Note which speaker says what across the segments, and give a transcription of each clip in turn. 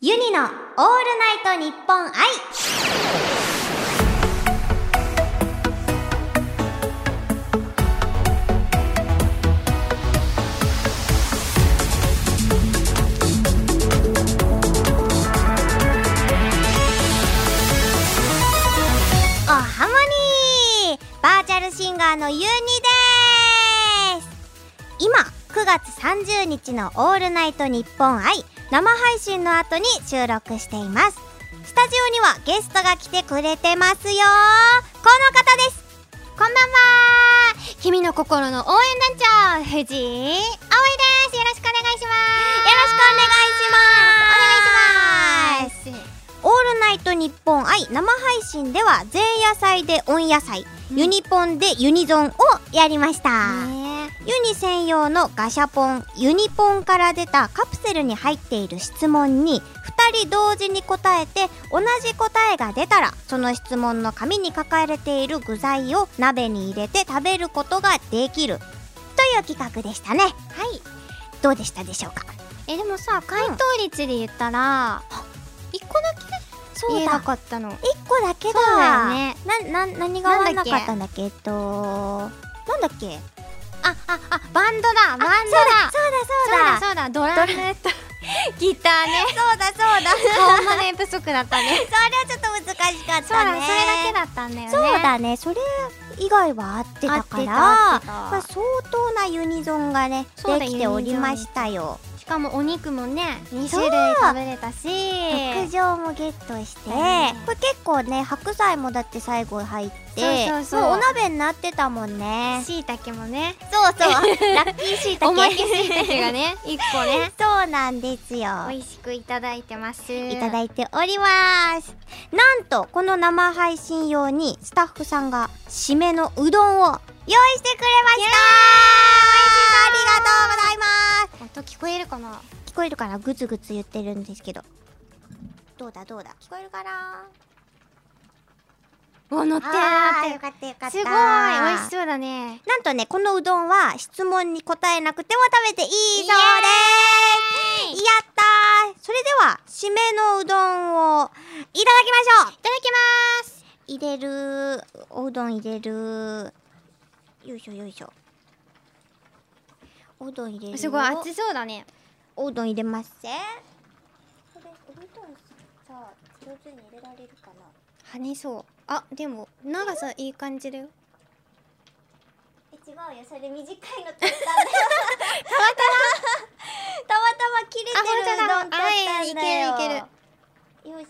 Speaker 1: ユニのオールナイトニッポン愛おハモニーバーチャルシンガーのユニです今9月30日の「オールナイトニッポン愛」生配信の後に収録していますスタジオにはゲストが来てくれてますよこの方ですこんばんは君の心の応援団長藤井葵ですよろしくお願いしますよろしくお願いしますお願いします「オールナイトニッポン愛」生配信では前夜祭で温野菜、ユニポンでユニゾンをやりました、ユニ専用のガシャポンユニポンから出たカプセルに入っている質問に2人同時に答えて同じ答えが出たらその質問の紙に書かれている具材を鍋に入れて食べることができるという企画でしたね
Speaker 2: はい
Speaker 1: どうでしたでしょうか
Speaker 2: えでもさ回答率で言ったら、一個だけ
Speaker 1: そう
Speaker 2: 言えな
Speaker 1: だ
Speaker 2: かったの
Speaker 1: 一個だけだ
Speaker 2: そうだよね
Speaker 1: なな何が合わなかったんだっけえっとなんだっけ
Speaker 2: あああバンドだバンド
Speaker 1: そう
Speaker 2: だそうだ
Speaker 1: だ
Speaker 2: そうだドラムとギターね
Speaker 1: そうだそうだそうだ
Speaker 2: 顔マネ不足だった
Speaker 1: そ
Speaker 2: ね
Speaker 1: れはちょっと難しかったね
Speaker 2: そうだそれだけだったんだよね
Speaker 1: そうだねそれ以外は合って
Speaker 2: 合
Speaker 1: た
Speaker 2: っ
Speaker 1: から
Speaker 2: てた合ってた
Speaker 1: まあ、相当なユニゾンがね
Speaker 2: そうだ
Speaker 1: できておりましたよ
Speaker 2: しかもお肉もね2
Speaker 1: そう
Speaker 2: 種類食べれたし
Speaker 1: 白状もゲットして、
Speaker 2: ね
Speaker 1: これ結構ね白菜もだって最後入って
Speaker 2: そうそうそう
Speaker 1: もうお鍋になってたもんね
Speaker 2: しいたけもね
Speaker 1: そうそう ラッキーしい
Speaker 2: おまけしいたけが ね1個ね
Speaker 1: そうなんですよ
Speaker 2: 美味しくいただいてます
Speaker 1: いただいておりますなんとこの生配信用にスタッフさんが締めのうどんを用意してくれましたありがとうございます
Speaker 2: 音聞こえるかな
Speaker 1: 聞こえるかなグツグツ言ってるんですけどどうだどうだ聞こえるかな
Speaker 2: お乗ってる
Speaker 1: あー
Speaker 2: な
Speaker 1: よ
Speaker 2: って
Speaker 1: かったよかった
Speaker 2: すごい美味しそうだね
Speaker 1: なんとねこのうどんは質問に答えなくても食べていいそうで
Speaker 2: イエー
Speaker 1: すやったーそれでは締めのうどんをいただきましょう
Speaker 2: いただき
Speaker 1: 入れ
Speaker 2: ます
Speaker 1: るおうどん入れるよいしょよいしょおうどん入れるよ
Speaker 2: すごい熱そうだね
Speaker 1: おうどん入れますせこれおうどんさ上手に入れられるかな
Speaker 2: 跳ねそうあでも長さいい感じだよ
Speaker 1: え違うよそれ短いの取れたんだよたまたまたま切れてるうどんだったんだよ
Speaker 2: あ本当だあいいねい
Speaker 1: けるいけるよし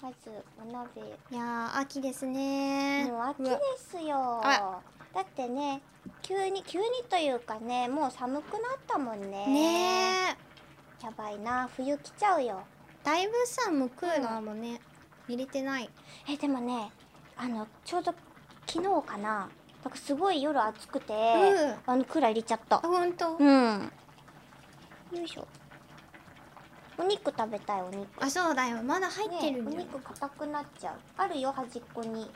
Speaker 1: まずお鍋
Speaker 2: いやー秋ですね
Speaker 1: もう秋で
Speaker 2: わ
Speaker 1: すよ
Speaker 2: あ
Speaker 1: だってね急に急にというかねもう寒くなったもんね
Speaker 2: ねえ
Speaker 1: やばいな冬来ちゃうよ
Speaker 2: だいぶさもうクーラーもね、入れてない
Speaker 1: えでもねあのちょうど昨日かななんかすごい夜暑くて、
Speaker 2: ん
Speaker 1: あのクーラー入れちゃった
Speaker 2: あほんと
Speaker 1: うんよいしょお肉食べたいお肉
Speaker 2: あそうだよまだ入ってるん
Speaker 1: ねえ
Speaker 2: だ
Speaker 1: お
Speaker 2: よ、
Speaker 1: 肉硬くなっちゃうあるよ端っこに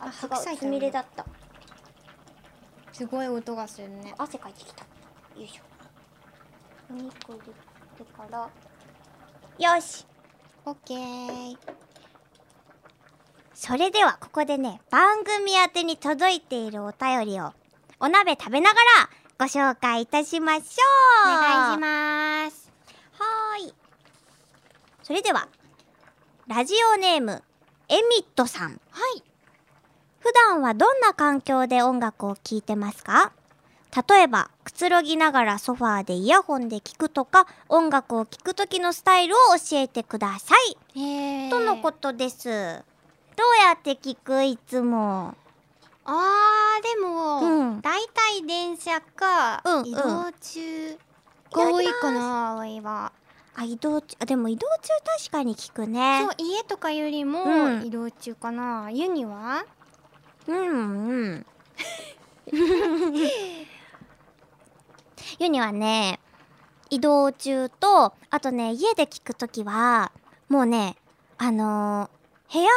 Speaker 2: あ
Speaker 1: あ
Speaker 2: 白
Speaker 1: 違
Speaker 2: 菜
Speaker 1: うつみれだった
Speaker 2: すごい音がするね
Speaker 1: 汗かいてきたよいしょお肉入れてからよし
Speaker 2: オッケー
Speaker 1: それではここでね番組宛てに届いているお便りをお鍋食べながらご紹介いたしましょ
Speaker 2: お
Speaker 1: う
Speaker 2: 願いします
Speaker 1: はーいそれではラジオネームエミットさん
Speaker 2: はい
Speaker 1: 普段はどんな環境で音楽を聴いてますか例えばくつろぎながらソファーでイヤホンで聴くとか音楽を聴く時のスタイルを教えてください、
Speaker 2: えー、
Speaker 1: とのことですどうやって聴くいつも
Speaker 2: あーでも、
Speaker 1: うん
Speaker 2: だいたい電車か、
Speaker 1: うん
Speaker 2: 移動中
Speaker 1: や
Speaker 2: が
Speaker 1: ります
Speaker 2: 多いかな多いは、
Speaker 1: あ移動中あでも移動中確かに聴く
Speaker 2: そ
Speaker 1: ね
Speaker 2: う家とかより
Speaker 1: う
Speaker 2: も
Speaker 1: ん
Speaker 2: 移動中かな、ユニは
Speaker 1: うんうんユニはね移動中とあとね家で聞くときはもうねあのー部屋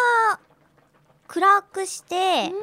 Speaker 1: 暗くして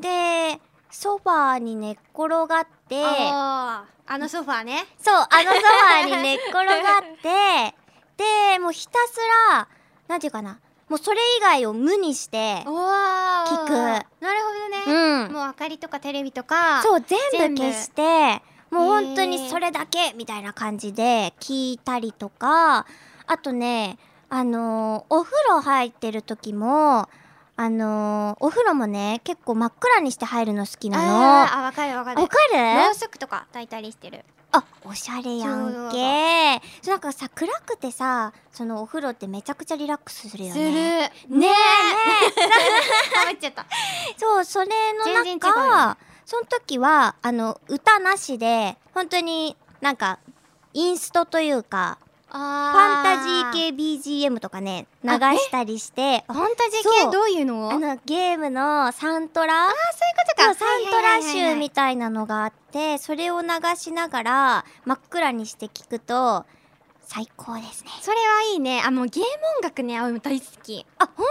Speaker 1: でソファーに寝っ転がって
Speaker 2: あーあのソファーね
Speaker 1: そうあのソファーに寝っ転がって でもうひたすらなんていうかなもうそれ以外を無にして
Speaker 2: おー
Speaker 1: 聞く
Speaker 2: なるほ
Speaker 1: う
Speaker 2: どね、
Speaker 1: ん
Speaker 2: もう明かりとかテレビとか
Speaker 1: そうう全部消してもう本当にそれだけみたいな感じで聞いたりとかあとねあのーお風呂入ってる時もあのーお風呂もね結構真っ暗にして入るの好きなの。
Speaker 2: あーあわかるわかる
Speaker 1: わかる
Speaker 2: ろうそくとか焚いたりしてる
Speaker 1: あおしゃれやんけそうなんかさ暗くてさそのお風呂ってめちゃくちゃリラックスするよね
Speaker 2: ねえね
Speaker 1: ね
Speaker 2: え食べ ちゃった
Speaker 1: そうそれの
Speaker 2: 全然違う
Speaker 1: 中その時はあの歌なしで本当になんかインストというかファンタジー系 BGM とかね流したりして
Speaker 2: ファンタジ
Speaker 1: そ
Speaker 2: ー
Speaker 1: う
Speaker 2: 系どういうの
Speaker 1: あのゲームのサントラ
Speaker 2: そういうことか
Speaker 1: サントラ
Speaker 2: はいはいはいは
Speaker 1: 集
Speaker 2: い
Speaker 1: みたいなのがあってそれを流しながら真っ暗にして聞くと最高ですね
Speaker 2: それはいいねあもうゲーム音楽ねあ大好き
Speaker 1: あ本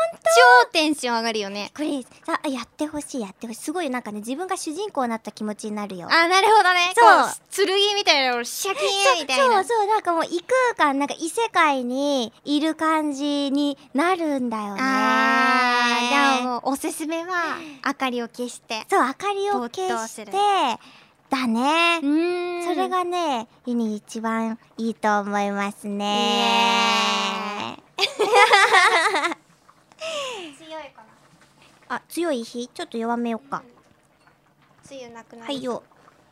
Speaker 2: 超テンション上がるよね
Speaker 1: これさやってほしいやってほしいすごいなんかね自分が主人公になった気持ちになるよ
Speaker 2: あなるほどね
Speaker 1: そう
Speaker 2: そう剣みたいなのをシャキーンみたい
Speaker 1: そう
Speaker 2: な
Speaker 1: そうなんかもう異空間なんか異世界にいる感じになるんだよね
Speaker 2: あーじゃあもうおすすめ は明かりを消して
Speaker 1: そう明かりを消し
Speaker 2: 没
Speaker 1: て
Speaker 2: 頭
Speaker 1: だね
Speaker 2: ん
Speaker 1: それがねユニ一番いいと思いますね
Speaker 2: 強いかな
Speaker 1: あ強い日ちょっと弱めようか
Speaker 2: 強なくな
Speaker 1: はいよ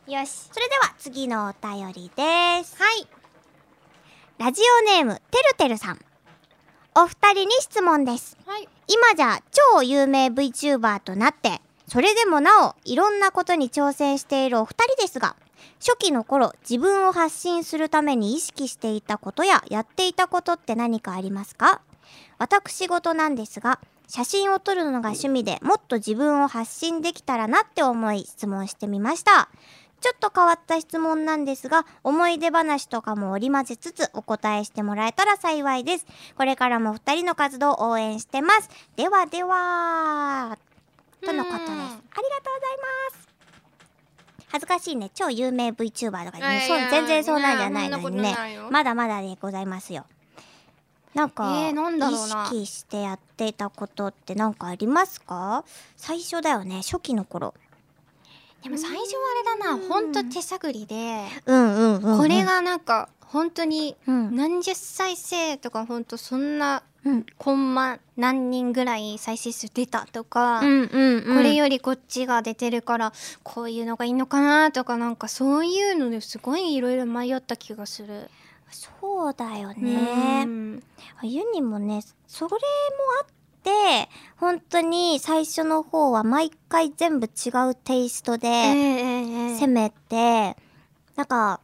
Speaker 2: よし
Speaker 1: それでは次のお便りです
Speaker 2: はい
Speaker 1: ラジオネームてるてるさんお二人に質問です
Speaker 2: はい
Speaker 1: 今じゃ超有名 VTuber となってそれでもなおいろんなことに挑戦しているお二人ですが初期の頃自分を発信するために意識していたことややっていたことって何かありますか私事なんですが写真を撮るのが趣味でもっと自分を発信できたらなって思い質問してみましたちょっと変わった質問なんですが思い出話とかも織り交ぜつつお答えしてもらえたら幸いですこれからもお二人の活動を応援してますではではとのことですありがとうございます恥ずかしいね超有名 VTuber とかねそう全然そんなんじゃないのにねまだまだでございますよ。なんか、
Speaker 2: えーなんだろうな
Speaker 1: 意識してやってたことってなんかありますか最初だよね初期の頃
Speaker 2: でも最初はあれだ
Speaker 1: う
Speaker 2: なんほんと手探りで
Speaker 1: うんうんうん、
Speaker 2: これ、がなんか本当に
Speaker 1: うん
Speaker 2: 何十再生とかほんとそんな
Speaker 1: うん、
Speaker 2: コンマ何人ぐらい再生数出たとか、
Speaker 1: うんうんうん
Speaker 2: これよりこっちが出てるからこういうのがいいのかなとかなんかそういうのですごいいろいろ迷った気がする。
Speaker 1: そうだよ
Speaker 2: う
Speaker 1: ね
Speaker 2: ん
Speaker 1: ユニもねそれもあって本当に最初の方は毎回全部違うテイストで、
Speaker 2: ええええ
Speaker 1: せめてなんか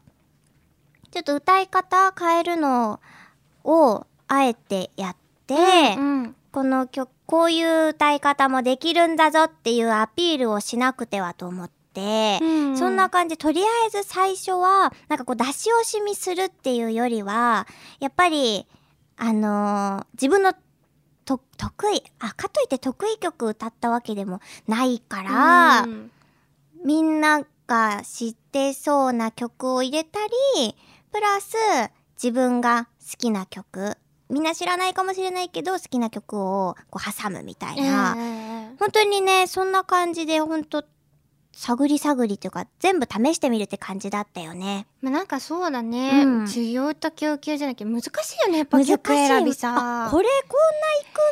Speaker 1: ちょっと歌い方変えるのをあえてやって、
Speaker 2: うん
Speaker 1: この曲こういう歌い方もできるんだぞっていうアピールをしなくてはと思って、
Speaker 2: うん
Speaker 1: そんな感じとりあえず最初はなんかこう出し惜しみするっていうよりはやっぱりあのー自分のと得意あかといって得意曲歌ったわけでもないから、
Speaker 2: うん
Speaker 1: みんなが知ってそうな曲を入れたりプラス自分が好きな曲みんな知らないかもしれないけど好きな曲をこう挟むみたい
Speaker 2: ええ
Speaker 1: な、
Speaker 2: え
Speaker 1: 本当にねそんな感じで本当探り探りというか全部試してみるって感じだったよね。
Speaker 2: えまあなんかそうだね、
Speaker 1: うん
Speaker 2: 需要と供給じゃなきゃ難しいよねやっぱ曲選びさ
Speaker 1: あこれこ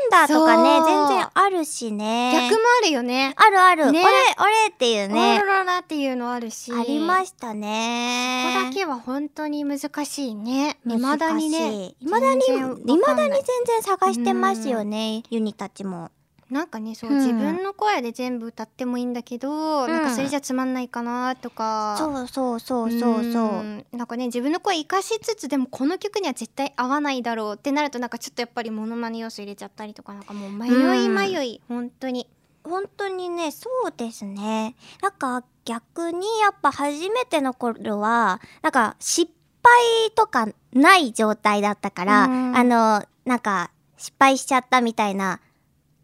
Speaker 1: んな行くんだとかね
Speaker 2: そう
Speaker 1: 全然あるしね。
Speaker 2: 逆もあるよね。
Speaker 1: あるある、
Speaker 2: ね
Speaker 1: あれあれっていう
Speaker 2: オー
Speaker 1: ね
Speaker 2: ロラっていうのあるし
Speaker 1: ありまし
Speaker 2: し
Speaker 1: た
Speaker 2: こ
Speaker 1: ね。
Speaker 2: こだけは本当に難しいね未
Speaker 1: 未
Speaker 2: だにね
Speaker 1: いまだに
Speaker 2: 全
Speaker 1: 未
Speaker 2: 然わかんない
Speaker 1: だに全然探してますよねユニたちも
Speaker 2: なんかねそう、
Speaker 1: うん
Speaker 2: 自分の声で全部歌ってもいいんだけど、
Speaker 1: ん
Speaker 2: なんかそれじゃつまんないかなとか
Speaker 1: そうそうそうそうそうん
Speaker 2: なんかね自分の声生かしつつでもこの曲には絶対合わないだろうってなるとなんかちょっとやっぱりモノマネ要素入れちゃったりとかなんかもう迷い
Speaker 1: うん
Speaker 2: 迷い、本当に
Speaker 1: 本当にねそうですねなんか逆にやっぱ初めての頃はなんか失敗とかない状態だったから、
Speaker 2: うん
Speaker 1: あのなんか失敗しちゃったみたいな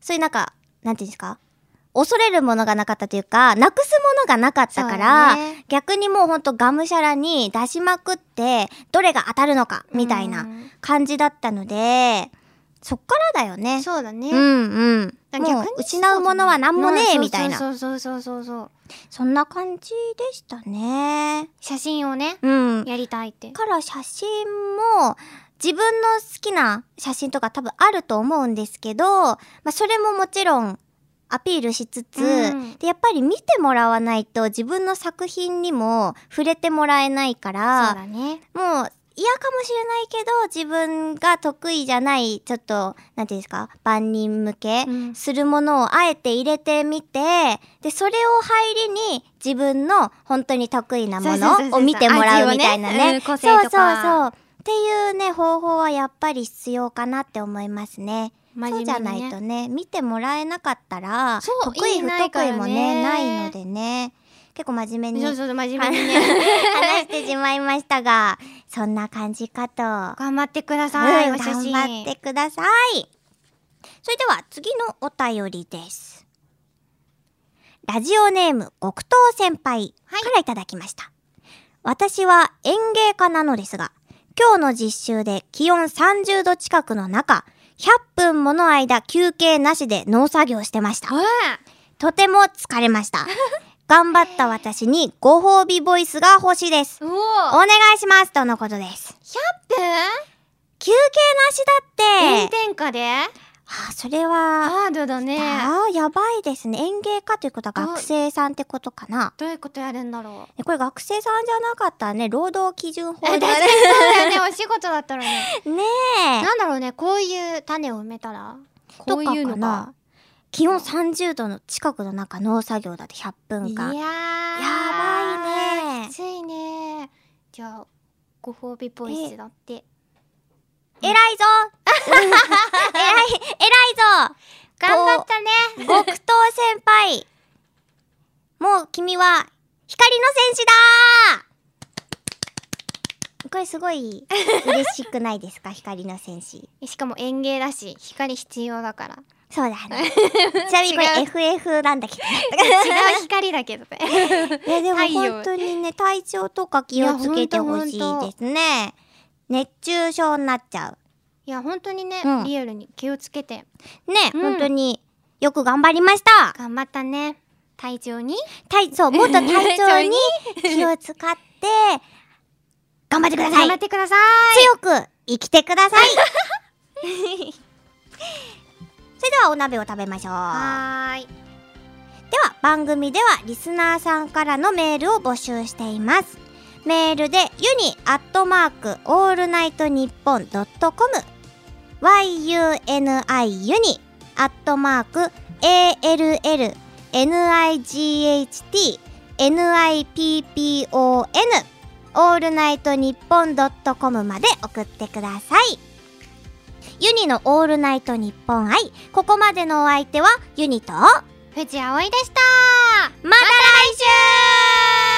Speaker 1: そういうなんかなんていうんですか恐れるものがなかったというかなくすものがなかったから、逆にもうほんとがむしゃらに出しまくってどれが当たるのかみたいな感じだったのでそっからだよね。
Speaker 2: そうだね、
Speaker 1: う
Speaker 2: だ
Speaker 1: んうん、
Speaker 2: から
Speaker 1: もう失うものはなんもねえみたいな
Speaker 2: そうそうそうそうそう
Speaker 1: そんな感じでしたね。
Speaker 2: 写真をね
Speaker 1: うん、
Speaker 2: やりたいって
Speaker 1: から写真も自分の好きな写真とか多分あると思うんですけど、まあ、それももちろんアピールしつつ、
Speaker 2: うん
Speaker 1: でやっぱり見てもらわないと自分の作品にも触れてもらえないか
Speaker 2: そう
Speaker 1: ら
Speaker 2: だね
Speaker 1: もう嫌かもしれないけど自分が得意じゃないちょっと何ていうんですか万人向け
Speaker 2: うん
Speaker 1: するものをあえて入れてみてでそれを入りに自分の本当に得意なも
Speaker 2: そうそうそう
Speaker 1: の
Speaker 2: そう
Speaker 1: を見てもらうみたいな
Speaker 2: 味をねう
Speaker 1: ね
Speaker 2: ん。個性
Speaker 1: そうそう
Speaker 2: とか
Speaker 1: そうっていうね方法はやっぱり必要かなって思いますね。
Speaker 2: 真
Speaker 1: そう
Speaker 2: 面
Speaker 1: じゃ
Speaker 2: 目に
Speaker 1: な
Speaker 2: ね
Speaker 1: いとね見てもらえなかったら
Speaker 2: そう
Speaker 1: 得
Speaker 2: 意
Speaker 1: 意
Speaker 2: 味
Speaker 1: 不
Speaker 2: ないか
Speaker 1: 得
Speaker 2: ら
Speaker 1: 意
Speaker 2: ね
Speaker 1: もねないのでね結構真面目に
Speaker 2: そう
Speaker 1: 話
Speaker 2: そうそう真面目に ね
Speaker 1: してしまいましたがそんな感じかと
Speaker 2: 頑張ってください、
Speaker 1: うん
Speaker 2: お写真
Speaker 1: 頑張ってくださいそれでは次のお便りですラジオネーム極東先輩からいただきました、私は園芸家なのですが今日の実習で気温30度近くの中100分もの間休憩なしで農作業してました
Speaker 2: わあ
Speaker 1: とても疲れました頑張った私にご褒美ボイスが欲しいです
Speaker 2: お
Speaker 1: お
Speaker 2: お
Speaker 1: 願いしますとのことです休憩なしだ
Speaker 2: 炎
Speaker 1: って、
Speaker 2: 天下で
Speaker 1: あそれは、
Speaker 2: ハードだね
Speaker 1: ああやばいですね園芸家ということは学生さんってことかな
Speaker 2: どういうことやるんだろう
Speaker 1: えこれ学生さんじゃなかったらね労働基準法
Speaker 2: え
Speaker 1: で
Speaker 2: 確かにそうだよねお仕事だったら ね
Speaker 1: ねえ
Speaker 2: なんだろうねこういう種を埋めたら
Speaker 1: と
Speaker 2: こう
Speaker 1: か
Speaker 2: いうの
Speaker 1: か
Speaker 2: か
Speaker 1: な気温30度の近くの中農作業だって100分間
Speaker 2: いやー
Speaker 1: やばいね
Speaker 2: きついねじゃあご褒美ボイスだって
Speaker 1: 偉い ぞ偉い偉いぞ
Speaker 2: 頑張ったね
Speaker 1: 極東先輩もう君は光の戦士だこれすごい嬉しくないですか 光の戦士
Speaker 2: しかも園芸だし光必要だ から
Speaker 1: そうだ ねちなみにこ
Speaker 2: 違
Speaker 1: れ
Speaker 2: う
Speaker 1: FF なんだ け
Speaker 2: 違う光だけどね
Speaker 1: どいやでも
Speaker 2: 太陽
Speaker 1: 本当にね体調とか気をつけてほしい
Speaker 2: いやほんとほん
Speaker 1: ですね熱中症になっちゃ
Speaker 2: いや本当にね、
Speaker 1: うん
Speaker 2: リアルに気をつけて
Speaker 1: うね、
Speaker 2: うん
Speaker 1: 本当によく頑張りました
Speaker 2: 頑張ったね体調に
Speaker 1: 体そうもっと体調 に気を使って 頑張ってくださ
Speaker 2: 頑
Speaker 1: い
Speaker 2: 張ってください、
Speaker 1: 強く生きてくださ いそれではお鍋を食べましょうでは
Speaker 2: はーい
Speaker 1: 番組ではリスナーさんからのメールを募集していますメールでユニアットマークオールナイトニッポンドットコム YUNI ユニアットマーク ALLNIGHTNIPPON オールナイトニッポンドットコムまで送ってくださいユニのオールナイトニッポン愛ここまでのお相手はユニとまた来
Speaker 2: 藤葵でした
Speaker 1: 週